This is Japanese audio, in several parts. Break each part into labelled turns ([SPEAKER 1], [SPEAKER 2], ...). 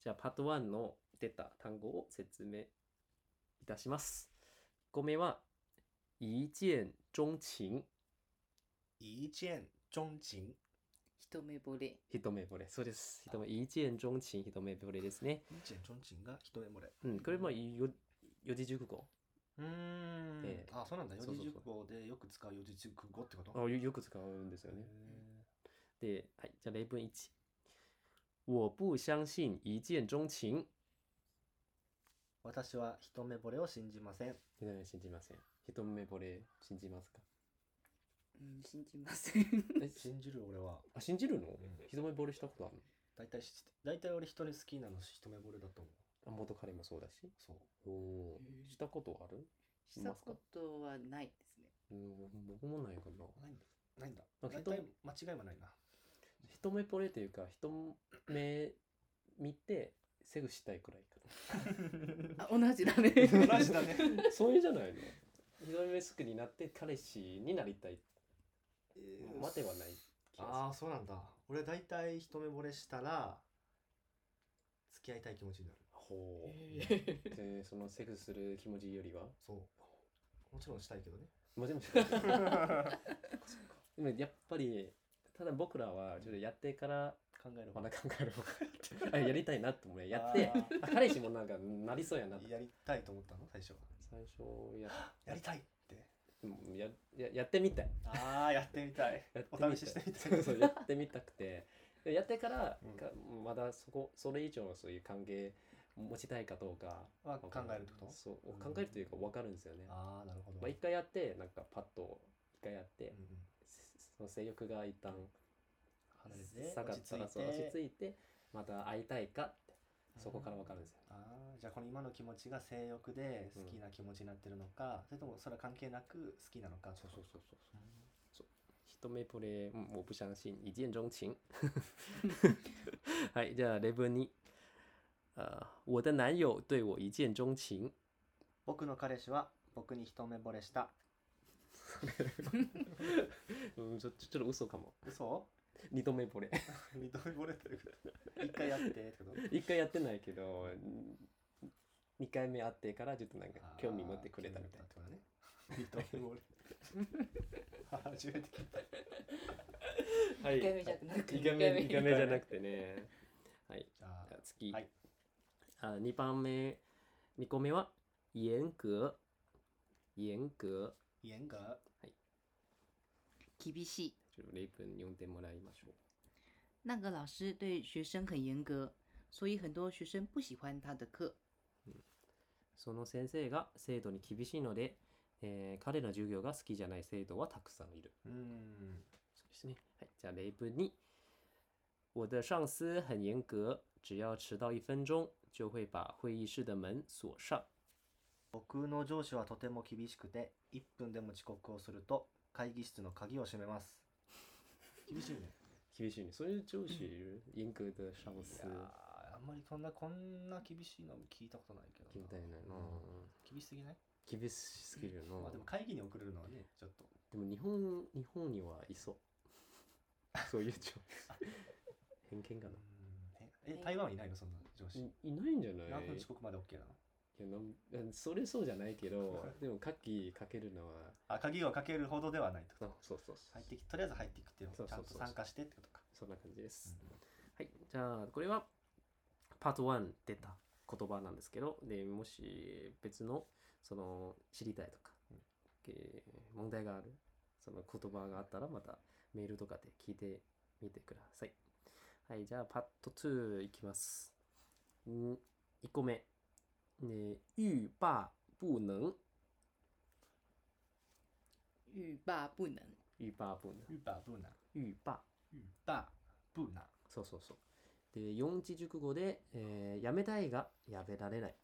[SPEAKER 1] じゃあパート1の出た単語を説明いたします。5名は一見钟情
[SPEAKER 2] 一见钟情。
[SPEAKER 3] 一目惚れ。
[SPEAKER 1] 一目惚れそうです。一目一見钟情一目惚れですね。
[SPEAKER 2] 一見钟情が一目惚れ。
[SPEAKER 1] うん、これもよ四字熟語
[SPEAKER 2] うーん。
[SPEAKER 1] ええ
[SPEAKER 2] あ、そうなんだ。
[SPEAKER 1] そう
[SPEAKER 2] 四
[SPEAKER 1] そう
[SPEAKER 2] 字
[SPEAKER 1] そう
[SPEAKER 2] 熟語でよく使う四字熟語ってこと
[SPEAKER 1] あよよく使うんですよね。
[SPEAKER 2] へ
[SPEAKER 1] で、はい、じゃあ例文1。我不相信一見钟情。
[SPEAKER 2] 私は一目惚れを信じません。
[SPEAKER 1] いや信じません。一目惚れ信じますか
[SPEAKER 3] うん、信じ ません。
[SPEAKER 1] え
[SPEAKER 2] 信じる俺は。
[SPEAKER 1] あ信じるの
[SPEAKER 2] うん
[SPEAKER 1] 一目惚れしたことあるの
[SPEAKER 2] 大体し、大体俺人に好きなの一目惚れだと思う。
[SPEAKER 1] あ元彼もそうだし。
[SPEAKER 2] そう。
[SPEAKER 1] おお
[SPEAKER 3] へー
[SPEAKER 1] したことある
[SPEAKER 3] し
[SPEAKER 1] い
[SPEAKER 3] た
[SPEAKER 1] ますか
[SPEAKER 3] ことはないですね。
[SPEAKER 1] うん、僕もないかな。
[SPEAKER 2] ないんだ。ないんだ。
[SPEAKER 1] あ
[SPEAKER 2] 大
[SPEAKER 1] 人
[SPEAKER 2] 体間違いはないな。
[SPEAKER 1] 一目惚れというか、一目見て、セグしたいくらいか
[SPEAKER 3] あ、同じだね。
[SPEAKER 2] 同じだ ね。
[SPEAKER 1] な。そういうじゃないの一目好きになって彼氏になりたい。待てはない気
[SPEAKER 2] あ
[SPEAKER 1] が
[SPEAKER 2] あ、そうなんだ。俺大体一目惚れしたら、付き合いたい気持ちになる。
[SPEAKER 1] する。ほ
[SPEAKER 3] え
[SPEAKER 1] う。で、そのセグする気持ちよりは
[SPEAKER 2] そう。もちろんしたいけどね。
[SPEAKER 1] まあでもそっかそっかでもやっぱりただ僕らはちょっとやってから
[SPEAKER 2] 考える
[SPEAKER 1] まだ考える方があやりたいなと思ってやってあ彼氏もなんかなりそうやなって
[SPEAKER 2] やりたいと思ったの最初は。
[SPEAKER 1] 最初や
[SPEAKER 2] やりたいって。
[SPEAKER 1] うんやややってみたい
[SPEAKER 2] ああ、やってみ たい。
[SPEAKER 1] やってみ
[SPEAKER 2] お試ししてみたい。
[SPEAKER 1] そうやってみたくてでやってから
[SPEAKER 2] うん
[SPEAKER 1] かまだそこそれ以上のそういう関係持ちたいかどうか
[SPEAKER 2] は考えるってこと
[SPEAKER 1] そう考えるというか分かるんですよね、
[SPEAKER 2] ああ、なるほど。
[SPEAKER 1] まあ、一回やってなんかパッと一回やって
[SPEAKER 2] うんうん
[SPEAKER 1] その性欲が一旦
[SPEAKER 2] 離れて、
[SPEAKER 1] 下が
[SPEAKER 2] 落
[SPEAKER 1] っ
[SPEAKER 2] ち着
[SPEAKER 1] た
[SPEAKER 2] い
[SPEAKER 1] らそう落ち
[SPEAKER 2] て。
[SPEAKER 1] 着いてまた会いたいかってそこからわかるんですよ
[SPEAKER 2] ああー、じゃあこの今の気持ちが性欲で好きな気持ちになってるのか、それともそれは関係なく好きなのか。
[SPEAKER 1] そうそう一目惚れ、うん、我不相信一见钟情 はいじゃあレブにあ我的男友对我一见钟情
[SPEAKER 2] 僕の彼氏は僕に一目惚れした。
[SPEAKER 1] うんちょちょちょっと嘘かも
[SPEAKER 2] 嘘
[SPEAKER 1] 二度目惚れ
[SPEAKER 2] 二度目惚れてる。一回やってってこと
[SPEAKER 1] 一回やってないけどん二回目会ってからちょっとなんか
[SPEAKER 2] あ ー
[SPEAKER 1] 興味持ってくれたみたいな
[SPEAKER 2] 興味持ってくれたってことね。二 度目惚れ。初めて聞いた。
[SPEAKER 1] はい
[SPEAKER 3] 一回目じゃなくて
[SPEAKER 1] 二回目
[SPEAKER 3] 二
[SPEAKER 1] 二回
[SPEAKER 3] 回
[SPEAKER 1] 目じゃなくてねはい
[SPEAKER 2] じゃあ
[SPEAKER 1] じゃあ次、
[SPEAKER 2] はい
[SPEAKER 1] あ2番目2個目は严格严格
[SPEAKER 2] 严格
[SPEAKER 3] 厳しい。
[SPEAKER 1] ちょっと例文読んでもらいましょう
[SPEAKER 3] 那个老师对学生很严格，所以很多学生不喜欢他的课。
[SPEAKER 1] その先生が生徒に厳しいので、えー彼の授業が好きじゃない生徒はたくさんいる
[SPEAKER 2] うん。
[SPEAKER 1] そうですねはいじゃあ例文2我的上司很严格只要迟到一分钟就会把会议室的门锁上
[SPEAKER 2] 僕の上司はとても厳しくて、一分でも遅刻をすると会議室の鍵を閉めます。厳しいね。
[SPEAKER 1] 厳しいねそういう上司いる严格的上
[SPEAKER 2] い
[SPEAKER 1] 司
[SPEAKER 2] やーあんまりこんなこんな厳しいの聞いたことないけどな。
[SPEAKER 1] みたいな
[SPEAKER 2] うん厳しすぎない？
[SPEAKER 1] 厳しすぎるの、
[SPEAKER 2] まあでも会議に送れるのはね、ちょっと。
[SPEAKER 1] でも日本日本にはいそう。 そういう上司。偏見かな
[SPEAKER 2] う。んええ台湾はいないのそんな上司。
[SPEAKER 1] いいないんじゃない
[SPEAKER 2] 何分遅刻まで OK なの？
[SPEAKER 1] いやなんうんそれそうじゃないけど、でも、かきかけるのは、
[SPEAKER 2] あ鍵をかけるほどではないってこと。
[SPEAKER 1] あそうそうそう
[SPEAKER 2] 入ってきとりあえず入ってきてよち
[SPEAKER 1] そう
[SPEAKER 2] ゃ
[SPEAKER 1] んそうそう
[SPEAKER 2] と参加してってことか
[SPEAKER 1] そんな感じです。はい、じゃあ、これはパート1出た言葉なんですけど、でもし別のその知りたいとか、えー問題があるその言葉があったら、またメールとかで聞いてみてください。はい、じゃあ、パート2いきます。ん1個目、ね、欲罢不能。
[SPEAKER 3] 欲罢不能。
[SPEAKER 1] 欲罢不能。
[SPEAKER 2] ウーバーブーナ
[SPEAKER 1] 欲罢。
[SPEAKER 2] ウーバーブーナ
[SPEAKER 1] そうそうそう。で、四字熟語で、えーやめたいがやめられないっ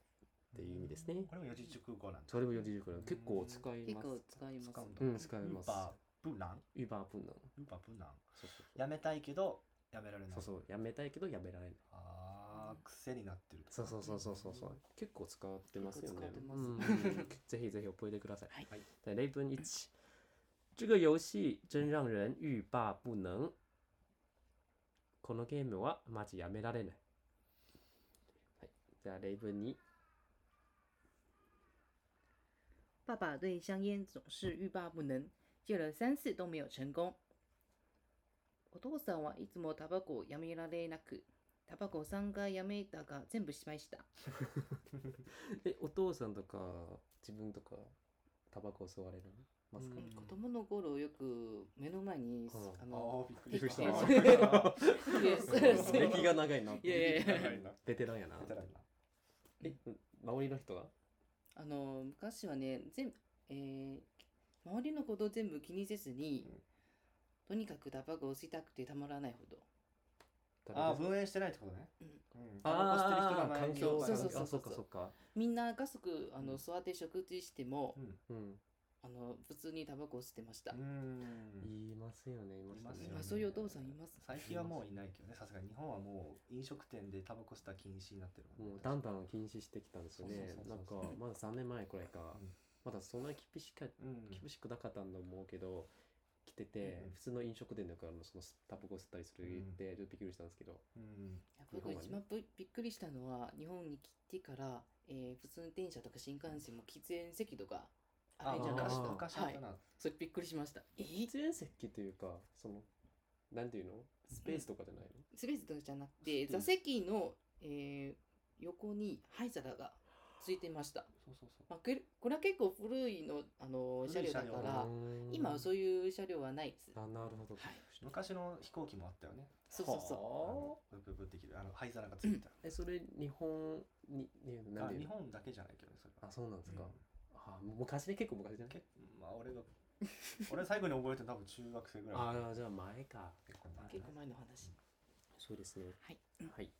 [SPEAKER 1] ていう意味ですね。
[SPEAKER 2] これも四字熟語なんだ
[SPEAKER 1] それも四字熟語結構使い
[SPEAKER 3] 結
[SPEAKER 1] ます。
[SPEAKER 3] 構使います
[SPEAKER 2] 使。うんだ
[SPEAKER 1] うん使います
[SPEAKER 2] ウーバーブーナン
[SPEAKER 1] ウーバー分の。
[SPEAKER 2] ウーバーブーナン
[SPEAKER 1] そうそう
[SPEAKER 2] やめたいけどやめられない
[SPEAKER 1] そう。そうそう、やめたいけどやめられない。
[SPEAKER 2] あー癖になってる
[SPEAKER 1] そうそうそうそうそうそう。結構使ってますよね。
[SPEAKER 3] 結構使ってます
[SPEAKER 1] うん、ぜひぜひ覚えてください。
[SPEAKER 3] はい
[SPEAKER 2] はい
[SPEAKER 1] で例文一。这个游戏真让人欲罢不能。このゲームはマジやめられない。じゃあ例文に
[SPEAKER 3] 爸爸对香烟总是欲罢不能，戒了三次都没有成功。お父さんはいつもタバコをやめられなく、タバコ3回やめたが全部しました。
[SPEAKER 1] えお父さんとか自分とかタバコ吸われるのますか、
[SPEAKER 2] うん
[SPEAKER 3] 子供の頃よく目の前に、
[SPEAKER 1] うん
[SPEAKER 3] あ
[SPEAKER 4] あ
[SPEAKER 3] の、
[SPEAKER 4] あ、びっくりした。
[SPEAKER 3] でき
[SPEAKER 4] 長
[SPEAKER 3] て
[SPEAKER 4] い
[SPEAKER 3] る
[SPEAKER 4] な。
[SPEAKER 1] 歴が長いな。
[SPEAKER 3] いやいやいや
[SPEAKER 1] ベテランやな。
[SPEAKER 4] ベテランやな
[SPEAKER 1] え、周りの人が
[SPEAKER 3] あの昔はね全、えー周りのことを全部気にせずに、
[SPEAKER 4] うん
[SPEAKER 3] とにかくタバコを吸いたくてたまらないほど。
[SPEAKER 2] ああ、分煙してないってことね。うんタバコ吸ってる人
[SPEAKER 1] あ
[SPEAKER 2] が
[SPEAKER 1] あ、
[SPEAKER 2] 周り
[SPEAKER 1] 環
[SPEAKER 2] に
[SPEAKER 1] 境
[SPEAKER 3] そ
[SPEAKER 1] 環境あ
[SPEAKER 3] うそうそ
[SPEAKER 1] そう
[SPEAKER 3] そう
[SPEAKER 1] うかそうか。
[SPEAKER 3] みんな家族あ
[SPEAKER 4] う
[SPEAKER 3] の
[SPEAKER 4] ん
[SPEAKER 3] 座って食事しても、
[SPEAKER 4] うん
[SPEAKER 1] うん。
[SPEAKER 3] あの普通にタバコを吸ってました。
[SPEAKER 4] うん。
[SPEAKER 1] いますよね、いま
[SPEAKER 2] ま
[SPEAKER 1] すね
[SPEAKER 2] すよね。
[SPEAKER 3] 今そういうお父さんいます
[SPEAKER 2] 最近はもういないけどね、さすがに日本はもう飲食店でタバコ吸ったら禁止になってるもん
[SPEAKER 1] も
[SPEAKER 2] ね
[SPEAKER 1] うだんだん禁止してきたんですよね
[SPEAKER 2] そうそう。そ
[SPEAKER 1] な
[SPEAKER 2] うん
[SPEAKER 1] か
[SPEAKER 2] そう
[SPEAKER 1] まだ3年前くらいか
[SPEAKER 2] うん、
[SPEAKER 1] まだそんなに厳しか
[SPEAKER 2] うん
[SPEAKER 1] 厳しくなかったんだと思うけど、来てて
[SPEAKER 2] うん、
[SPEAKER 1] 普通の飲食店とかのそのタバコ吸ったりするって、ちょっとびっくりしたんですけど。
[SPEAKER 2] うん
[SPEAKER 3] 僕一番ぶびっくりしたのは日本に来てから、えー普通の電車とか新幹線も喫煙席とかあ
[SPEAKER 2] あ
[SPEAKER 3] れじゃ
[SPEAKER 1] な
[SPEAKER 3] ないいです
[SPEAKER 2] 昔
[SPEAKER 3] か。
[SPEAKER 1] あー
[SPEAKER 2] 昔あったな。
[SPEAKER 3] それびっくりしました。えー
[SPEAKER 1] 喫煙席というか、その、なんていうのスペースとかじゃないの
[SPEAKER 3] スペースとかじゃなくて
[SPEAKER 1] うん
[SPEAKER 3] 座席の、えー横に灰皿がついてました。
[SPEAKER 2] そうそうそう。
[SPEAKER 3] まあ、けこれは結構古いのあの車
[SPEAKER 2] 古い
[SPEAKER 3] 両だ
[SPEAKER 2] 車
[SPEAKER 3] か
[SPEAKER 2] 両
[SPEAKER 3] ら
[SPEAKER 2] う
[SPEAKER 3] 今は
[SPEAKER 1] う
[SPEAKER 3] そういう車両はないです。
[SPEAKER 1] あ、なるほど。
[SPEAKER 3] はい
[SPEAKER 2] 昔の飛行機もあったよね。
[SPEAKER 3] そうそうそ
[SPEAKER 2] あ
[SPEAKER 3] う。
[SPEAKER 1] は
[SPEAKER 2] のブブブって切るあの灰皿がついた。
[SPEAKER 1] あえ、それ日本に、ね、な
[SPEAKER 2] あ
[SPEAKER 1] んで
[SPEAKER 2] 日本だけじゃないけどねそれ
[SPEAKER 1] あ、
[SPEAKER 2] は。
[SPEAKER 1] そうなんですか。
[SPEAKER 2] うん
[SPEAKER 1] あ、もう昔で結構昔じゃない
[SPEAKER 2] 結構まあ俺が俺最後に覚えてるの多分中学生ぐらい。
[SPEAKER 1] ああ、じゃあ前か。
[SPEAKER 2] 結構前だね
[SPEAKER 3] 結構前の話。
[SPEAKER 1] そうですね。
[SPEAKER 3] はい。
[SPEAKER 1] はい。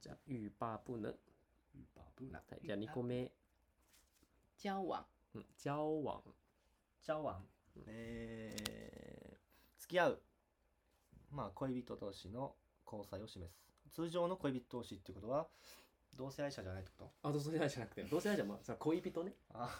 [SPEAKER 1] じゃあ、欲罢不能。
[SPEAKER 2] バブナ。
[SPEAKER 1] はい、じゃあ2個目。
[SPEAKER 3] 交往
[SPEAKER 1] うん、交往。
[SPEAKER 2] チャワン。えー、付き合う。まあ恋人同士の交際を示す。通常の恋人同士ってことは同性愛者じゃないってこと
[SPEAKER 1] あ、同性愛じゃなくて、同性愛じゃ、まあ、それは恋人ね。
[SPEAKER 2] あ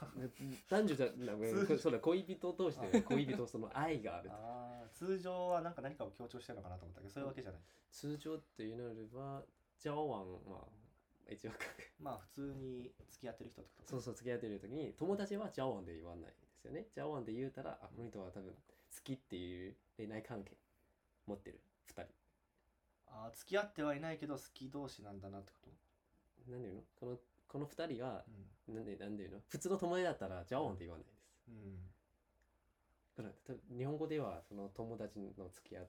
[SPEAKER 1] 男女じゃな
[SPEAKER 2] 通
[SPEAKER 1] く、そうだ、恋人同士で、恋人、その愛があると。
[SPEAKER 2] あー通常はなんか何かを強調してるのかなと思ったけどそういうわけじゃない、
[SPEAKER 1] 通常っていうのよりは、交往、まあ、一応書く。
[SPEAKER 2] まあ普通に付き合ってる人ってこと
[SPEAKER 1] そうそう付き合ってる時に友達はジャオンで言わないんですよねジャオンで言うたらあこの人は多分好きっていう恋愛関係持ってる2
[SPEAKER 2] あー付き合ってはいないけど好き同士なんだなってこと、
[SPEAKER 1] 人なんていうのこのこの2人は
[SPEAKER 2] う
[SPEAKER 1] なんでなんていうの普通の友達だったらジャオンで言わないです
[SPEAKER 2] んう
[SPEAKER 1] だ
[SPEAKER 2] ん、
[SPEAKER 1] からた日本語ではその友達の付き合っ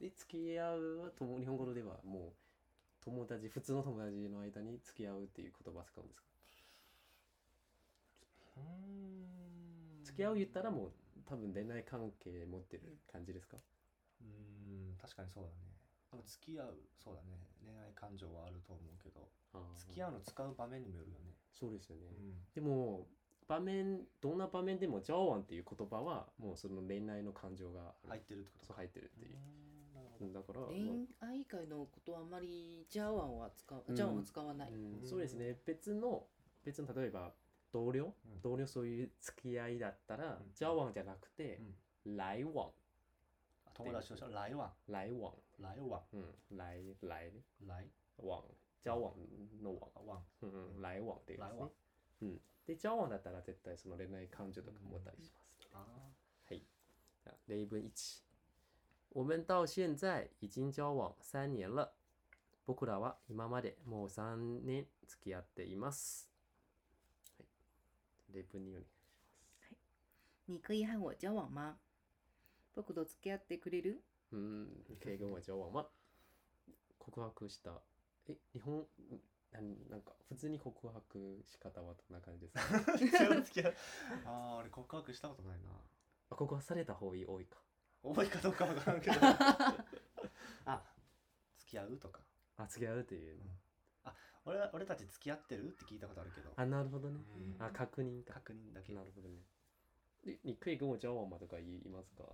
[SPEAKER 1] て付き合うはとも日本語ではもう友達普通の友達の間に付き合うっていう言葉使うんですか付き合う言ったらもう多分恋愛関係持ってる感じですか
[SPEAKER 2] ううん確かにそうだねなんか付き合うそうだね恋愛感情はあると思うけど付き合う
[SPEAKER 1] の
[SPEAKER 2] の使う場面にもよるよね、
[SPEAKER 1] そうですよね、
[SPEAKER 2] うん
[SPEAKER 1] でも場面どんな場面でも「ジャオワン」っていう言葉はもうその恋愛の感情がある
[SPEAKER 2] 入ってるってこと
[SPEAKER 1] そう
[SPEAKER 2] か
[SPEAKER 1] 入ってるっていう、
[SPEAKER 2] うんなるほ
[SPEAKER 1] う
[SPEAKER 2] ど
[SPEAKER 1] ん、だから、まあ
[SPEAKER 3] 恋愛会のことはあんまり交往は使う、
[SPEAKER 1] うん
[SPEAKER 3] 交往は使わない。
[SPEAKER 1] うんそうですね別の別の例えば同僚、
[SPEAKER 2] うん
[SPEAKER 1] 同僚そういう付き合いだったら
[SPEAKER 2] う
[SPEAKER 1] 「
[SPEAKER 2] ん
[SPEAKER 1] ジャオワン」じゃなくて
[SPEAKER 2] うん
[SPEAKER 1] 「来往
[SPEAKER 2] あ友達としたら来往」
[SPEAKER 1] 「来往
[SPEAKER 2] 来往」
[SPEAKER 1] うん「来来
[SPEAKER 2] 来
[SPEAKER 1] 往」「ジャオワン」の往
[SPEAKER 2] あ往
[SPEAKER 1] うんうん「来往」っていうんです
[SPEAKER 2] 来
[SPEAKER 1] ね
[SPEAKER 2] 往、
[SPEAKER 1] うん、で「ジャオワン」だったら絶対その恋愛感情とか持ったりします、
[SPEAKER 2] あ
[SPEAKER 1] は
[SPEAKER 2] ー
[SPEAKER 1] い。啊例文一起。我们到现在已经交往三年了。僕らは今までもう三年付き合っています。はい。例文にお願いし
[SPEAKER 3] 你可以和我交往吗？僕と付き合ってくれる？
[SPEAKER 1] ます。うん。敬語は交往は告白した。え、日本、なんなんか普通に告白し方はどんな感じですか
[SPEAKER 2] 付き合う付き合うあ あ俺告白したことないな
[SPEAKER 1] あ告白された方が多いか。
[SPEAKER 2] 多いかどうかわから んけどあ付き合うとか
[SPEAKER 1] あ、付き合うというの。
[SPEAKER 2] 俺は俺たち付き合ってるって聞いたことあるけど、
[SPEAKER 1] あ、なるほどね。
[SPEAKER 2] うん
[SPEAKER 1] あ、確認か。
[SPEAKER 2] 確認だけ
[SPEAKER 1] なるほどね。で、你可以跟我交往吗とか言いますか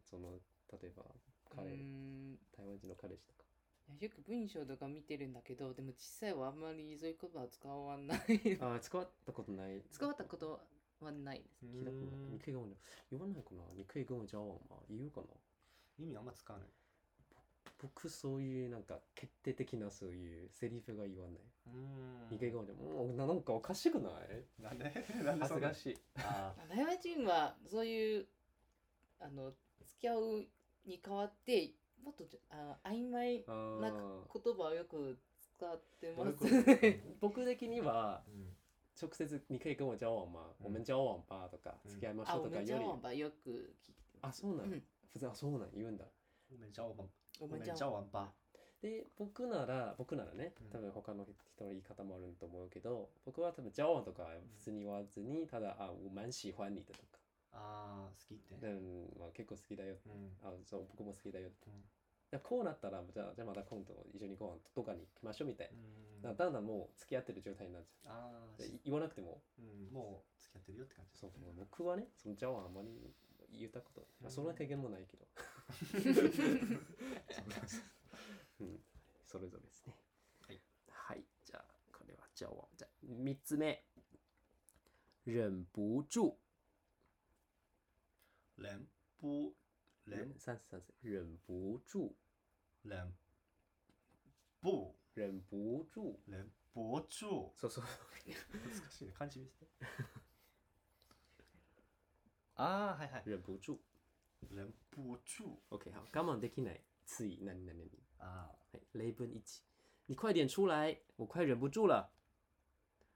[SPEAKER 1] その、例えば、彼、
[SPEAKER 3] うん。
[SPEAKER 1] 台湾人の彼氏とか。
[SPEAKER 3] いやよく文章とか見てるんだけど、でも実際はあんまりそういう言葉は使 わない。
[SPEAKER 1] あー、使ったことない。
[SPEAKER 3] 使われたことはないです。
[SPEAKER 2] う
[SPEAKER 1] 聞いたことない。
[SPEAKER 2] ん
[SPEAKER 1] 你可以跟我言わないかな你可以跟我交往吗言うかな
[SPEAKER 2] 意味あんま使わない
[SPEAKER 1] 僕そういうなんか決定的なそういうセリフが言わない。
[SPEAKER 2] うん
[SPEAKER 1] 意外顔でもうななんかおかしくない
[SPEAKER 2] なんでなんで
[SPEAKER 1] 恥
[SPEAKER 2] そ
[SPEAKER 1] ず
[SPEAKER 2] んな
[SPEAKER 1] かしい。
[SPEAKER 2] あ
[SPEAKER 3] 台湾人はそういうあの付き合うに代わってもっとじゃあ曖昧
[SPEAKER 1] あ
[SPEAKER 3] な
[SPEAKER 1] ー
[SPEAKER 3] 言葉をよく使って ま
[SPEAKER 2] どういうこと
[SPEAKER 3] す。
[SPEAKER 1] 僕的には
[SPEAKER 2] ーうん
[SPEAKER 1] 直接「你可以跟我交往吗？
[SPEAKER 2] うん
[SPEAKER 1] 我们交往吧」とか「
[SPEAKER 2] うん
[SPEAKER 1] 付き合いまし
[SPEAKER 3] あ、
[SPEAKER 1] ょう」
[SPEAKER 3] お
[SPEAKER 1] とかよ
[SPEAKER 3] め
[SPEAKER 1] り
[SPEAKER 3] ちゃわんばよく聞いてま
[SPEAKER 1] あ
[SPEAKER 3] す。
[SPEAKER 1] そうなん
[SPEAKER 3] うん
[SPEAKER 1] 普通あそうなん言うんだ
[SPEAKER 2] 我们交往，
[SPEAKER 3] お
[SPEAKER 2] 我
[SPEAKER 3] め
[SPEAKER 2] 们
[SPEAKER 3] ちゃ
[SPEAKER 2] 交
[SPEAKER 3] わんば。
[SPEAKER 2] 往吧。
[SPEAKER 1] で僕なら僕ならね
[SPEAKER 2] うん
[SPEAKER 1] 多分他の人の言い方もあると思うけど僕は多分「交往」とかは普通に言わずにただ「あ我蛮喜欢你的」とか
[SPEAKER 2] あー、好きっ
[SPEAKER 1] 「
[SPEAKER 2] て。
[SPEAKER 1] うんまあ、結構好きだよ」
[SPEAKER 2] うん。
[SPEAKER 1] あそう僕も好きだよ」
[SPEAKER 2] うん
[SPEAKER 1] だからこうなったらじゃあじゃあまた今度一緒にご飯とかに行きましょうみたいな
[SPEAKER 2] う
[SPEAKER 1] だ
[SPEAKER 2] ん
[SPEAKER 1] からだんだんもう付き合ってる状態になっちゃ
[SPEAKER 2] あ
[SPEAKER 1] うで
[SPEAKER 2] ー、
[SPEAKER 1] い言わなくても
[SPEAKER 2] うん、もう付き合ってるよって感じ。
[SPEAKER 1] そう僕はねその「じゃあ」はあんまり言ったことない、まあ、そんな経験もない けどうん、それぞれですね
[SPEAKER 2] はい、
[SPEAKER 1] はいじゃあこれは「じゃあ」じゃあ3つ目「忍不住
[SPEAKER 2] 忍不”忍
[SPEAKER 1] 三つ三つ忍不住
[SPEAKER 2] 忍不
[SPEAKER 1] 忍不住
[SPEAKER 2] 忍不住。
[SPEAKER 1] そう そう
[SPEAKER 2] 難しいね。漢字見せて。 ああ、はいはい。
[SPEAKER 1] 忍不住
[SPEAKER 2] 忍不住。
[SPEAKER 1] OK 好我慢できないつい何々に
[SPEAKER 2] ああ。
[SPEAKER 1] はい例文1你快点出来我快忍不住了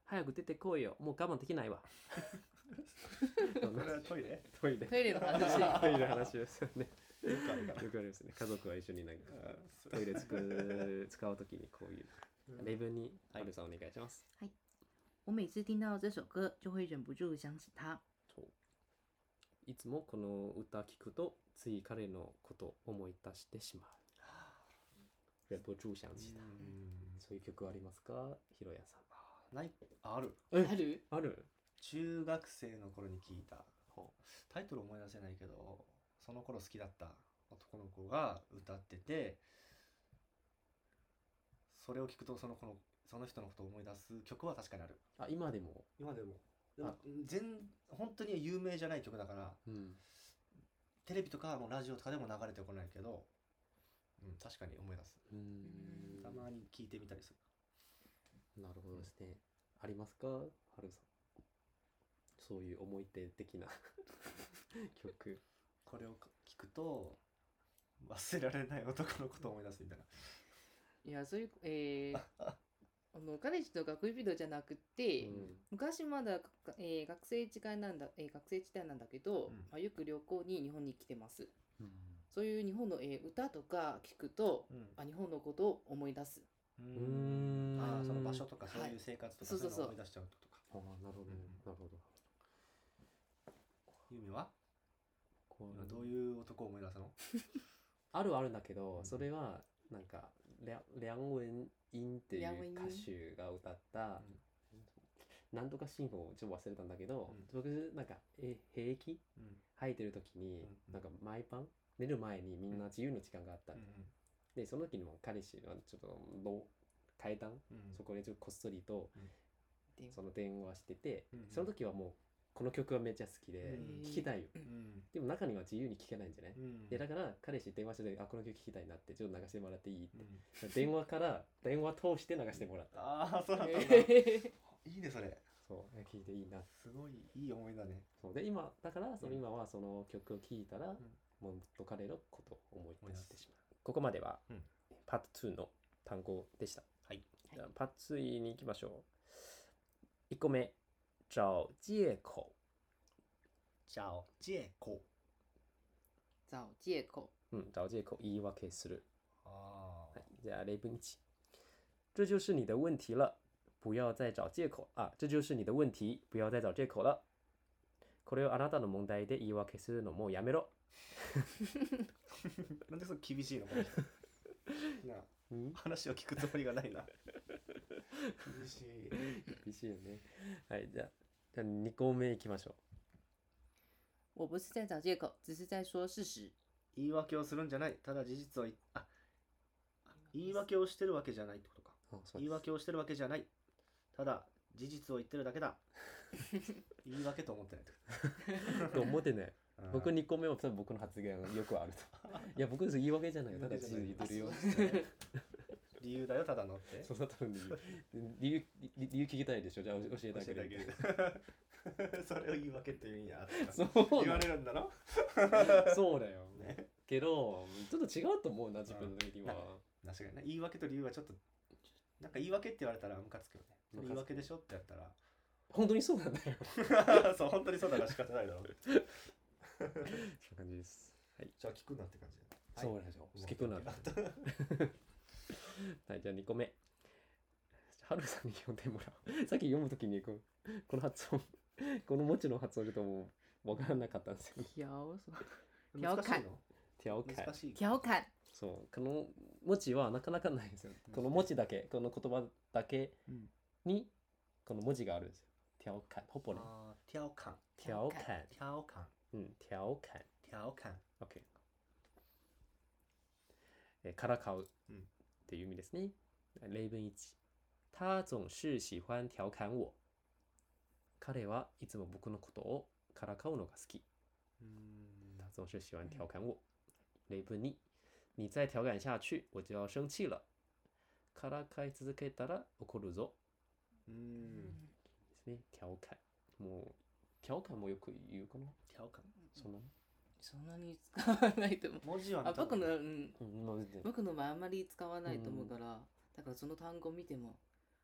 [SPEAKER 1] 早く出てこいよもう我慢でき ないわ こん
[SPEAKER 2] こ
[SPEAKER 1] な
[SPEAKER 2] れはトイレ
[SPEAKER 1] トイレ
[SPEAKER 3] トイレの 話。
[SPEAKER 1] トイレの話ですよね
[SPEAKER 2] よくあるから。
[SPEAKER 1] よくありますね家族は一緒になんか
[SPEAKER 2] あ
[SPEAKER 1] トイレつく使うときにこういう例文にアイルさんお願いします
[SPEAKER 3] 我每次听到这首歌，就会忍不住想起他。
[SPEAKER 1] いつもこの歌聞くとつい彼のことを思い出してしまう忍不住想起他
[SPEAKER 2] うん
[SPEAKER 1] そういう曲ありますかひろやさ
[SPEAKER 2] ないある。
[SPEAKER 1] ん
[SPEAKER 3] ある？
[SPEAKER 1] ある
[SPEAKER 2] 中学生の頃に聞いた
[SPEAKER 1] ほ
[SPEAKER 2] タイトル思い出せないけどその頃好きだった男の子が歌っててそれを聞くとその子のその人のことを思い出す曲は確かにある
[SPEAKER 1] あ今でも
[SPEAKER 2] 今でもでも
[SPEAKER 1] あ
[SPEAKER 2] 全本当に有名じゃない曲だから
[SPEAKER 1] うん
[SPEAKER 2] テレビとかもうラジオとかでも流れてこないけど、うん、確かに思い出す
[SPEAKER 1] うー
[SPEAKER 3] うん
[SPEAKER 2] たまに聞いてみたりする
[SPEAKER 1] なるほどですね。ありますか、はるさん。そういう思い出的 な曲。
[SPEAKER 2] これを聞くと忘れられない男のことを思い出すみたいない
[SPEAKER 3] やそういうえーあの彼氏と学ビデオじゃなく
[SPEAKER 1] う
[SPEAKER 3] て、
[SPEAKER 1] ん。
[SPEAKER 3] 昔まだか、えー学生時代なんだ、えー学生時代なんだけど、
[SPEAKER 2] うん
[SPEAKER 3] まあ、よく旅行に日本に来てます。そういう日本の、えー歌とか聞くと、あ日本のことを思い出す。
[SPEAKER 2] う
[SPEAKER 1] うんーん。
[SPEAKER 2] ああその場所とか
[SPEAKER 3] はい
[SPEAKER 2] そういう生活とか
[SPEAKER 3] そう
[SPEAKER 2] そう
[SPEAKER 3] そ
[SPEAKER 2] いううのを思
[SPEAKER 3] そう
[SPEAKER 2] い出しちゃうとか。
[SPEAKER 1] ああ、なるほど。
[SPEAKER 2] うん
[SPEAKER 1] なるほど。
[SPEAKER 2] ユミは
[SPEAKER 1] こ
[SPEAKER 2] 今どういう男を思い出すの
[SPEAKER 1] あるはあるんだけど、
[SPEAKER 2] うん
[SPEAKER 1] それはなんか、りゃ梁文音ってい
[SPEAKER 3] 梁文
[SPEAKER 1] う
[SPEAKER 3] 音
[SPEAKER 1] 歌手が歌った、なんとか信号をちょっと忘れたんだけど、僕なんか、え、平気
[SPEAKER 2] うん
[SPEAKER 1] 吐いてる時に、
[SPEAKER 2] うん
[SPEAKER 1] なんか毎晩寝る前にみんな自由の時間があった
[SPEAKER 2] う
[SPEAKER 1] の、
[SPEAKER 2] ん
[SPEAKER 1] でその時にも彼氏はちょっとの階段、
[SPEAKER 2] うん
[SPEAKER 1] そこでちょっとこっそりと
[SPEAKER 3] で
[SPEAKER 1] その電話してて、
[SPEAKER 2] うんうん
[SPEAKER 1] その時はもうこの曲がめっちゃ好きで
[SPEAKER 2] うん
[SPEAKER 1] 聴きたいよ、
[SPEAKER 2] うん
[SPEAKER 1] でも中には自由に聴けないんじゃない、
[SPEAKER 2] うん
[SPEAKER 1] でだから彼氏電話しててあこの曲聴きたいなってちょっと流してもらっていいって
[SPEAKER 2] うん
[SPEAKER 1] 電話から電話通して流してもらった
[SPEAKER 2] ああ そうだったんだ。い
[SPEAKER 3] え
[SPEAKER 2] いねそれ。
[SPEAKER 1] そうえ聴いていいな
[SPEAKER 2] すごいいい思いだね。
[SPEAKER 1] そうで今だからその
[SPEAKER 2] うん
[SPEAKER 1] 今はその曲を聴いたら、
[SPEAKER 2] ん
[SPEAKER 1] もっと彼のことを思い出してしまうここまでは、
[SPEAKER 2] うん
[SPEAKER 1] パート2の単語でした
[SPEAKER 2] はい。
[SPEAKER 1] じゃあパーツイに行きましょう。1個目、找借口。
[SPEAKER 2] じゃあジェコ。
[SPEAKER 3] ー、找借口。
[SPEAKER 1] うん、找借口、言い訳する。
[SPEAKER 2] あ
[SPEAKER 1] はい、じゃあ例文1。这就是你的问题了，不要再找借口あ、这就是你的问题，不要再找借口了。これをあなたの問題で言い訳するのもうやめろ。
[SPEAKER 2] なんでそれ厳しいのこの 人。なあ
[SPEAKER 1] うん、
[SPEAKER 2] 話を聞くつもりがないな。厳しい。
[SPEAKER 1] 厳しいよね。はい、じゃあ、じゃあ2個目行きましょ
[SPEAKER 3] 我不是在找借口，只是在说事实。
[SPEAKER 2] 言い訳をするんじゃない。ただ事実を言あ言い訳をしてるわけじゃないってことか。
[SPEAKER 1] う。あそう
[SPEAKER 2] 言い訳をしてるわけじゃないただ 事実を言ってるだけだ言い訳と思ってないってこと
[SPEAKER 1] と思ってね。僕2個目は多分僕の発言がよくあるといや僕です言い訳じゃないよただ自由に言ってるよ
[SPEAKER 2] あそうですね 理由だよただのって
[SPEAKER 1] そんな多分理由理由理由聞きたいでしょじゃあ教えてあげる
[SPEAKER 2] 教えてあげる それを言い訳って言うんや
[SPEAKER 1] そう
[SPEAKER 2] 言われるんだろ
[SPEAKER 1] そうだよ、
[SPEAKER 2] ね
[SPEAKER 1] けどちょっと違うと思うな自分の時は、
[SPEAKER 2] 確かにね言い訳と理由はちょっとなんか言い訳って言われたらムカつくよね
[SPEAKER 1] ムカつく
[SPEAKER 2] 言い訳でしょってやった
[SPEAKER 1] 本当にそうなんだよ
[SPEAKER 2] ら そう本当にそうだから仕方ないだろう
[SPEAKER 1] そんな感じですはい、
[SPEAKER 2] じゃあ聞くなって感じだ
[SPEAKER 1] そう
[SPEAKER 2] ね
[SPEAKER 1] でしょ
[SPEAKER 2] はい
[SPEAKER 1] 好きくなるはいじゃあ2個目はるさんに読んでもらおうさっき読むときにこのこの発音この文字の発音ちょっともうわからなかったんですよ
[SPEAKER 3] 調査
[SPEAKER 2] 難しい
[SPEAKER 3] 了
[SPEAKER 2] の
[SPEAKER 1] 手を変え
[SPEAKER 2] 難しい
[SPEAKER 3] 調侃
[SPEAKER 1] そうこの文字はなかなかないんですよこの文字だけこの言葉だけ
[SPEAKER 2] うん
[SPEAKER 1] にこの文字があるんですよ手を変えほぼね
[SPEAKER 2] あーティャオカン
[SPEAKER 1] 手を変え
[SPEAKER 2] ティャオカン
[SPEAKER 1] うん手を変え
[SPEAKER 2] ティャオカン
[SPEAKER 1] OK。えーからかう
[SPEAKER 2] う
[SPEAKER 1] っ
[SPEAKER 2] ん
[SPEAKER 1] ていう意味ですね。例文1。他总是喜欢调侃我。彼はいつも僕のことをからかうのが好き。
[SPEAKER 2] うーん
[SPEAKER 1] 他总是喜欢调侃我。例文2。你再调侃下去，我就要生气了。からかい続けたら怒るぞ。
[SPEAKER 2] うーん
[SPEAKER 1] ですね。調侃。もう、調侃もよく言うかな。
[SPEAKER 2] ティャオカン
[SPEAKER 1] その、
[SPEAKER 3] そんなに使わないと思う
[SPEAKER 2] 文字は
[SPEAKER 3] あ
[SPEAKER 2] 多
[SPEAKER 3] 僕
[SPEAKER 2] 分
[SPEAKER 3] の、うん、
[SPEAKER 1] うん、まあ全然
[SPEAKER 3] 僕のはあんまり使わないと思うから、だからその単語見ても、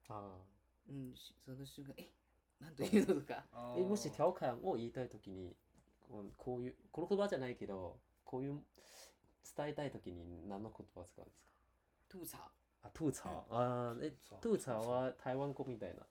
[SPEAKER 1] ああ。
[SPEAKER 3] うん、しその瞬間えなんというのとか
[SPEAKER 2] あ
[SPEAKER 1] え
[SPEAKER 2] ー
[SPEAKER 1] もし調侃を言いたいときにこうこういうこの言葉じゃないけどこういう伝えたいときに何の言葉を使うんですか
[SPEAKER 3] トゥーサー
[SPEAKER 1] あ吐槽、あーえ
[SPEAKER 2] そう
[SPEAKER 1] 吐槽は台湾語みたいな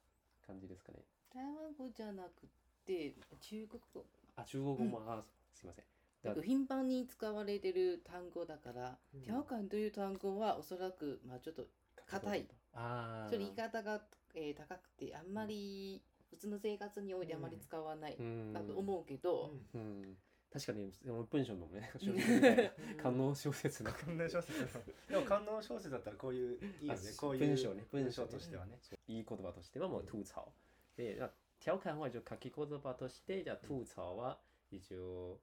[SPEAKER 1] 感じですかね
[SPEAKER 3] 台湾語じゃなくて中国語
[SPEAKER 1] あ中国語も、あーすいませんだ
[SPEAKER 3] よく頻繁に使われてる単語だから
[SPEAKER 2] うん
[SPEAKER 3] 「調侃」という単語はおそらく、まあ、ちょっと硬い
[SPEAKER 1] ああ
[SPEAKER 3] ちょっと言い方が、えー高くてあんまり普通の生活においてあまり使わない
[SPEAKER 1] うん
[SPEAKER 3] だと思うけど、
[SPEAKER 2] うん
[SPEAKER 1] うん、確かにその文章のね小説みた いな官能小説の
[SPEAKER 2] 観音小説でも観音小説だったらこういういいよね
[SPEAKER 1] あ
[SPEAKER 2] こういう
[SPEAKER 1] 文章ね文
[SPEAKER 2] 文
[SPEAKER 1] 章
[SPEAKER 2] 章
[SPEAKER 1] ね
[SPEAKER 2] としてはね
[SPEAKER 1] いい言葉としてはもう吐槽。で、まあ調侃は一応書き言葉として、じゃあ吐槽は一応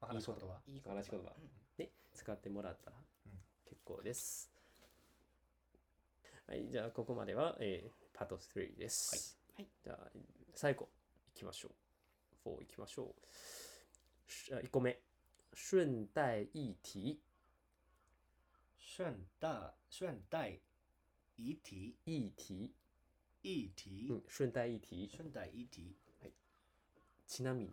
[SPEAKER 2] まあ
[SPEAKER 1] いい
[SPEAKER 2] 話し
[SPEAKER 1] 言
[SPEAKER 2] 言
[SPEAKER 1] 葉
[SPEAKER 2] 葉、
[SPEAKER 3] いい
[SPEAKER 1] 話し言葉
[SPEAKER 3] うん
[SPEAKER 1] で使ってもらったら
[SPEAKER 2] うん
[SPEAKER 1] 結構です。はい、じゃあここまでは、えーパート3です。
[SPEAKER 3] はいはい
[SPEAKER 1] じゃあ最後いきましょう。4いきましょう。しあ1個目。順带一提。
[SPEAKER 2] 炫大炫大一体
[SPEAKER 1] 一提。
[SPEAKER 2] 一体
[SPEAKER 1] うん、順带一提。
[SPEAKER 2] 炫大一体
[SPEAKER 1] ちなみに。っ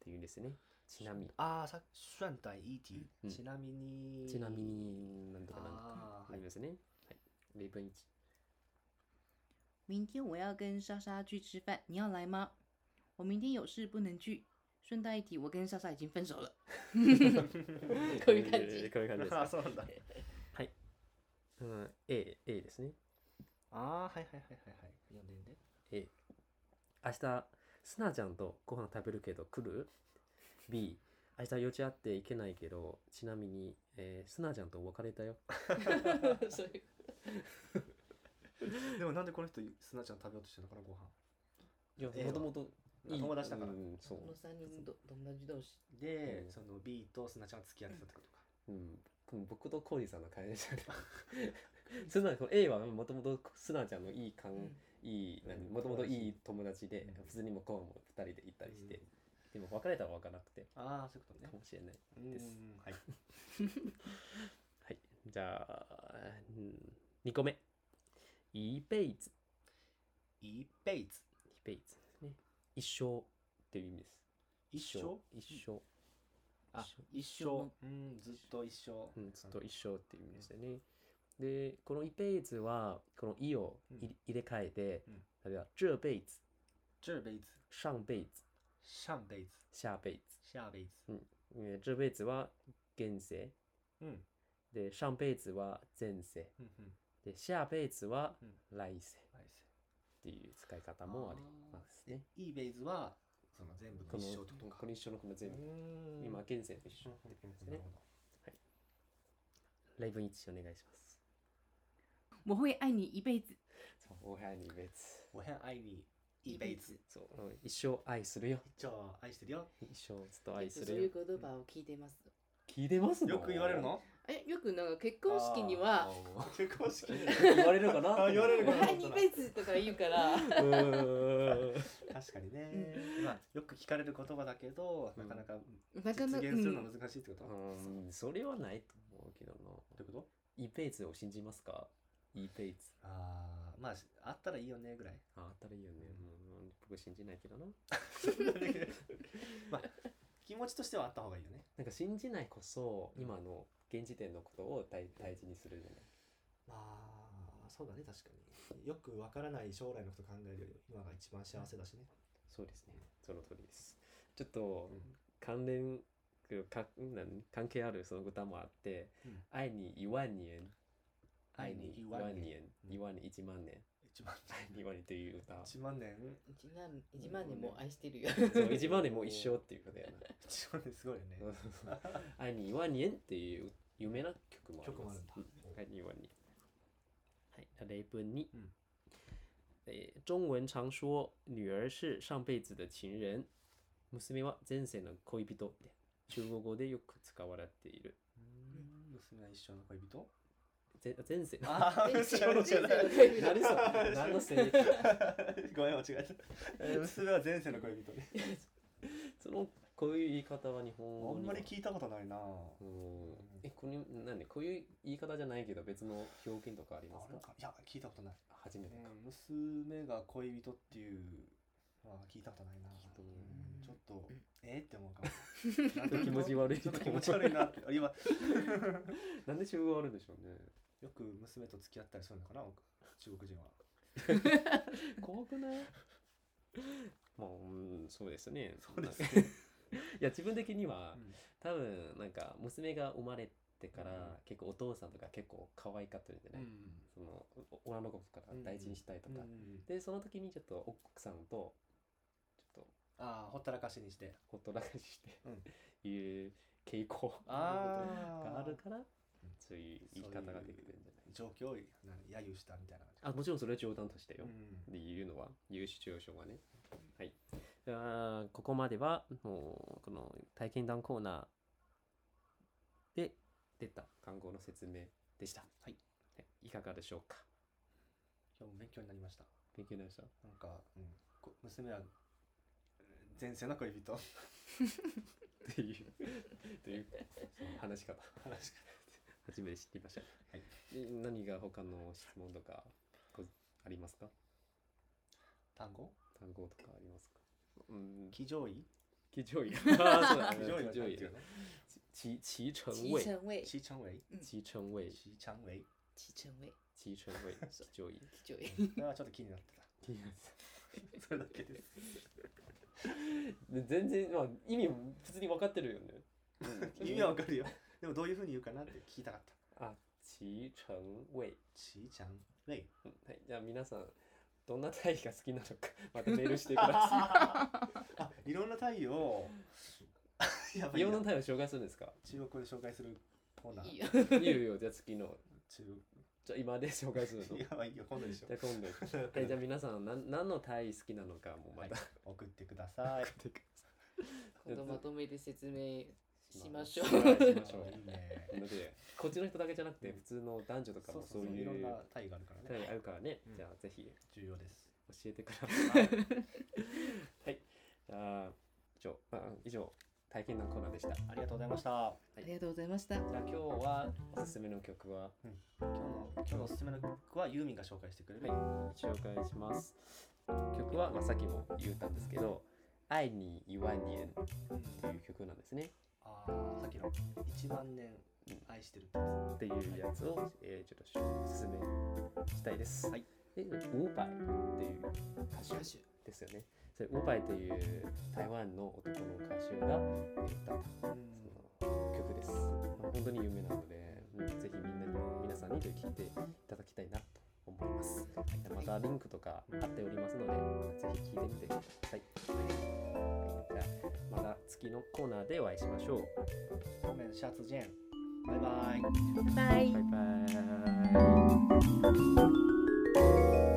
[SPEAKER 1] ていうんですね。ちなみに。
[SPEAKER 2] ああさ炫大一体
[SPEAKER 1] うん
[SPEAKER 2] ちなみに
[SPEAKER 1] ちなみになんとかなんと
[SPEAKER 2] あ
[SPEAKER 1] か
[SPEAKER 2] ー
[SPEAKER 1] ありますね。はい。例文1。
[SPEAKER 3] 明天我要跟莎莎去吃饭，你要来吗？我明天有事不能去。顺带一提，我跟莎莎已经分手 了。こういう感 じ。
[SPEAKER 1] こういう感じ です
[SPEAKER 2] ああ。そうなんだ
[SPEAKER 1] うん、A、A ですね。
[SPEAKER 2] ああはいはいはいはいはい読んで読んで
[SPEAKER 1] A。明日、すなちゃんとご飯食べるけど来る ?B。明日、予知あっていけないけど、ちなみに、えー、すなちゃんと別れたよ。
[SPEAKER 3] そういう
[SPEAKER 2] でもなんでこの人すなちゃん食べようとしてるのかなご飯
[SPEAKER 1] いや
[SPEAKER 2] A
[SPEAKER 1] もともといい
[SPEAKER 2] 友達だから
[SPEAKER 1] うん、そ
[SPEAKER 3] この三人ど友達同士。
[SPEAKER 1] う
[SPEAKER 2] で
[SPEAKER 1] ん
[SPEAKER 2] その B とすなちゃんが付き合ってたってことか
[SPEAKER 1] う。うん。僕とコージさんの会社 で。すな、この A はもともとすなちゃんのいい感
[SPEAKER 3] うん
[SPEAKER 1] いい、何
[SPEAKER 2] うん
[SPEAKER 1] もともといい友達で、
[SPEAKER 2] うん
[SPEAKER 1] 普通にもこうも2人で行ったりして
[SPEAKER 2] うん、
[SPEAKER 1] でも別れたら分からなくて、
[SPEAKER 2] ああそういうことね
[SPEAKER 1] かもしれない。
[SPEAKER 2] ですはい
[SPEAKER 1] はい。じゃあ、うん、2個目。一輩子。
[SPEAKER 2] 一辈子
[SPEAKER 1] 一輩子ですね。一生っていう意味です。
[SPEAKER 2] 一生
[SPEAKER 1] 一生。
[SPEAKER 2] あ
[SPEAKER 3] 一
[SPEAKER 2] 一
[SPEAKER 3] 生
[SPEAKER 2] 生うんずっと一生
[SPEAKER 1] うん、ずっと一生っていう意味ですよね。で、この一輩子は、この意をい
[SPEAKER 2] うん
[SPEAKER 1] 入れ替えて
[SPEAKER 2] うん、
[SPEAKER 1] 例えば、这辈子、
[SPEAKER 2] 这辈子
[SPEAKER 1] 上辈子、
[SPEAKER 2] 上辈子
[SPEAKER 1] 下辈子。
[SPEAKER 2] 下辈子
[SPEAKER 1] えー这辈子は現世。
[SPEAKER 2] うん
[SPEAKER 1] で、上辈子は前世。
[SPEAKER 2] うんうん
[SPEAKER 1] で、下辈子は
[SPEAKER 2] うん
[SPEAKER 1] 来世っ
[SPEAKER 2] 来世
[SPEAKER 1] ていう使い方もありますね。
[SPEAKER 2] いいベイズはその全部
[SPEAKER 1] こ
[SPEAKER 2] の
[SPEAKER 1] の
[SPEAKER 2] 一生ってことか
[SPEAKER 1] この一生のこの全部、
[SPEAKER 2] 部
[SPEAKER 1] 今現在の一生
[SPEAKER 2] な
[SPEAKER 1] って
[SPEAKER 2] る
[SPEAKER 1] ことです
[SPEAKER 2] ほ
[SPEAKER 1] ね。
[SPEAKER 2] ど
[SPEAKER 1] ライブ一致お願いします。
[SPEAKER 3] 我会爱你一辈子。
[SPEAKER 1] そう、お部屋に別。
[SPEAKER 2] 我很爱你一辈子。
[SPEAKER 1] そう、うん一生愛するよ。
[SPEAKER 2] じゃあ愛してるよ。
[SPEAKER 1] 一生ずっと
[SPEAKER 3] よ
[SPEAKER 1] 愛
[SPEAKER 3] くそ
[SPEAKER 1] す
[SPEAKER 3] う
[SPEAKER 1] る
[SPEAKER 3] い
[SPEAKER 1] よ
[SPEAKER 3] う。言葉を聞いてます。
[SPEAKER 1] 聞いてますの
[SPEAKER 2] よく言われるの？
[SPEAKER 3] え、よくなんか結婚式には、
[SPEAKER 1] あ
[SPEAKER 2] 結婚 式で。
[SPEAKER 1] ー言われるかな
[SPEAKER 2] あ 言われるかな
[SPEAKER 3] 第二ベースとか言うから。
[SPEAKER 1] うーん
[SPEAKER 2] 確かにね
[SPEAKER 3] う。
[SPEAKER 2] まあよく聞かれる言葉だけどなかなか
[SPEAKER 3] なかな
[SPEAKER 2] 実
[SPEAKER 3] か、
[SPEAKER 2] 現
[SPEAKER 3] う
[SPEAKER 2] するの
[SPEAKER 3] ん、
[SPEAKER 2] 難しいってこと。ど
[SPEAKER 1] うんそれはないと思うけどな。
[SPEAKER 2] ういうこと？
[SPEAKER 1] イペイツを信じますかイペイツ。
[SPEAKER 2] ああまああったらいいよねぐら い。
[SPEAKER 1] あ、当たりいいよね。うん、僕信じないけどな。
[SPEAKER 2] まあ気持ちとしてはあった方がいいよね。
[SPEAKER 1] なんか信じないこそ、
[SPEAKER 2] うん
[SPEAKER 1] 今の現時点のことを大大事にするじゃない。
[SPEAKER 2] まあそうだね確かによくわからない将来のこと考えるより今が一番幸せだしね
[SPEAKER 1] そうですね。その通りです。ちょっと
[SPEAKER 2] うん
[SPEAKER 1] 関連かなん関係あるその歌もあって、
[SPEAKER 2] うん
[SPEAKER 1] 愛に1万年、愛に1万年、
[SPEAKER 2] うん
[SPEAKER 1] 1万年、1万年、
[SPEAKER 2] 一万
[SPEAKER 1] 愛に1万年という 歌。
[SPEAKER 2] 一万年
[SPEAKER 3] 一万一万年も愛してるよ。
[SPEAKER 1] そう1万年もう一生っていう歌だよな。
[SPEAKER 2] 一万年すごいよね
[SPEAKER 1] そうそう そう愛に言わにえんっていう有名な曲もあります。
[SPEAKER 2] 曲もあるんだ
[SPEAKER 1] うん愛に言わにえん。はい、那雷奔你。
[SPEAKER 2] 嗯
[SPEAKER 1] えー中文常说女儿是上辈子的情人，娘は前世の恋人って中国語でよく使われている。
[SPEAKER 2] うん娘は一生の恋人
[SPEAKER 1] ぜ前世の。
[SPEAKER 2] あ
[SPEAKER 3] 前世の
[SPEAKER 2] 娘は
[SPEAKER 3] 前世の恋人
[SPEAKER 1] 何それ何の戦略
[SPEAKER 2] ごめん間違えたえー娘は前世の恋人ね
[SPEAKER 1] そのこういう言い方は日本語
[SPEAKER 2] あん
[SPEAKER 1] に
[SPEAKER 2] ま
[SPEAKER 1] は
[SPEAKER 2] り聞いたことないな
[SPEAKER 1] うんえこれなんでこういう言い方じゃないけど別の表現とかあります
[SPEAKER 2] あなん
[SPEAKER 1] か
[SPEAKER 2] かいや聞いたことない
[SPEAKER 1] 初めてか。
[SPEAKER 2] うん娘が恋人っていうのは聞いたことないな
[SPEAKER 1] 聞いたことない
[SPEAKER 2] うんちょっとえーって思うかも なん
[SPEAKER 1] ちょっと気持ち悪い
[SPEAKER 2] ちょっと気持ち悪いなって今
[SPEAKER 1] なんで中国語あるんでしょうね。
[SPEAKER 2] よく娘と付き合ったりするのかな僕中国人は
[SPEAKER 1] 怖く ないまあ、うん、そうですね。
[SPEAKER 2] そうです
[SPEAKER 1] ね。 いや、自分的には、多分、なんか、娘が生まれてから、
[SPEAKER 2] うん
[SPEAKER 1] 結構お父さんとか結構可愛かったんじゃ
[SPEAKER 2] う
[SPEAKER 1] ない、
[SPEAKER 2] ん
[SPEAKER 1] その、お女の子とか大事にしたいとか。
[SPEAKER 2] うん
[SPEAKER 1] で、その時にちょっと奥さんと、ちょっと、
[SPEAKER 2] ああほったらかしにして
[SPEAKER 1] ほったらかしして、
[SPEAKER 2] うん
[SPEAKER 1] いう傾向
[SPEAKER 2] あー
[SPEAKER 1] があるから、そういう言い方
[SPEAKER 2] そう
[SPEAKER 1] が
[SPEAKER 2] いう
[SPEAKER 1] できてるんじゃない
[SPEAKER 2] 状況をなん揶揄したみたいな
[SPEAKER 1] あ、もちろんそれは冗談としてよ。
[SPEAKER 2] 感じうん
[SPEAKER 1] で言うのは言うシチュエーションはね。はい。じゃあここまではもうこの体験談コーナーで出た単語の説明でした。はい。いかがでしょうか。
[SPEAKER 2] 今日も勉強になりました
[SPEAKER 1] 勉強になりました。
[SPEAKER 2] なんか、うんこ娘は前世の恋人
[SPEAKER 1] っていうという話し方
[SPEAKER 2] 話が
[SPEAKER 1] 初めて知りました。
[SPEAKER 2] はい
[SPEAKER 1] で。何が他の質問とかこありますか。
[SPEAKER 2] 単語
[SPEAKER 1] 単語とかありますか。うん。
[SPEAKER 2] 騎乗位
[SPEAKER 1] 騎 乗位。ああそうだ。
[SPEAKER 2] 騎乗位は
[SPEAKER 1] 騎乗
[SPEAKER 2] 何
[SPEAKER 1] 位
[SPEAKER 2] て言うの
[SPEAKER 1] 騎騎乘
[SPEAKER 3] 齐
[SPEAKER 1] 位。
[SPEAKER 3] 成位，
[SPEAKER 2] 騎乘位
[SPEAKER 1] 骑乘位。
[SPEAKER 2] 騎乘位
[SPEAKER 3] 齐成位，
[SPEAKER 1] 骑 乘位。騎乗位。
[SPEAKER 3] 齐成位。
[SPEAKER 2] それはちょっと気になってたそれだけです
[SPEAKER 1] で全然、まあ、意味も普通に分かってるよね。
[SPEAKER 2] 意味はわかるよでもどういうふうに言うかなって聞きたかった
[SPEAKER 1] あ、騎乘位。
[SPEAKER 2] 騎乘位
[SPEAKER 1] うんはい、じゃあ皆さん、どんな体位が好きなのか、 またメールしてくださ
[SPEAKER 2] あいろんな体位をやば
[SPEAKER 1] い。
[SPEAKER 2] い
[SPEAKER 1] いろん
[SPEAKER 2] な
[SPEAKER 1] な体位を紹介するんですか
[SPEAKER 2] 中国語で紹介するコーナー
[SPEAKER 3] いいよ。
[SPEAKER 1] いいよいいよ、じゃあ次の。
[SPEAKER 2] 中
[SPEAKER 1] じゃあ今で紹介する の。じゃ
[SPEAKER 2] やばいよ今度でしょ
[SPEAKER 1] あ 今度。はい、じゃあ皆さん、なん何の体位好きなのか、もうまた、
[SPEAKER 2] 送ってください
[SPEAKER 3] 今度まとめて説明しましょ
[SPEAKER 1] は
[SPEAKER 3] う。
[SPEAKER 1] いしましょ
[SPEAKER 2] いいね
[SPEAKER 1] う。ので、こっちの人だけじゃなくて、普通の男女とか
[SPEAKER 2] そう
[SPEAKER 1] も
[SPEAKER 2] そ
[SPEAKER 1] そうう
[SPEAKER 2] そうい
[SPEAKER 1] い
[SPEAKER 2] ろんな
[SPEAKER 1] う
[SPEAKER 2] 体位があるから
[SPEAKER 1] 体
[SPEAKER 2] ね
[SPEAKER 1] 位あるからね
[SPEAKER 2] うん。
[SPEAKER 1] じゃあぜひ
[SPEAKER 2] 重要です
[SPEAKER 1] 教えてください。 はい。じゃあ、以上、まあ、以上、体験談コーナーでした。じゃ
[SPEAKER 2] ありがとうございました
[SPEAKER 3] ありがとうございました。
[SPEAKER 1] あ、今日はおすすめの曲は
[SPEAKER 2] 今日の今日のおすすめの曲はユーミンが紹介してくれる、
[SPEAKER 1] はい紹介します。曲は、まあ、さっきも言ったんですけど、愛に言わにえんという曲なんですね。
[SPEAKER 2] あーさっきの一万年愛してるってや
[SPEAKER 1] っていうやつを、えー、ちょっとおすすめしたいです。
[SPEAKER 2] はい。
[SPEAKER 1] で、ウーパイっていう歌手
[SPEAKER 3] 手。
[SPEAKER 1] ですよね。それウーパイという台湾の男の歌手が歌った
[SPEAKER 2] つ、う
[SPEAKER 1] その曲です。まあ本当に有名なので、うんぜひみんなに皆さんに聴いていただきたいなと思います。またリンクとか貼っておりますので、ぜひ聴いてみてください。はい、じゃあまた次のコーナーでお会いしましょう。
[SPEAKER 2] ん、ごめんシャツジェンバイバイ
[SPEAKER 3] バイ
[SPEAKER 1] バイバイ。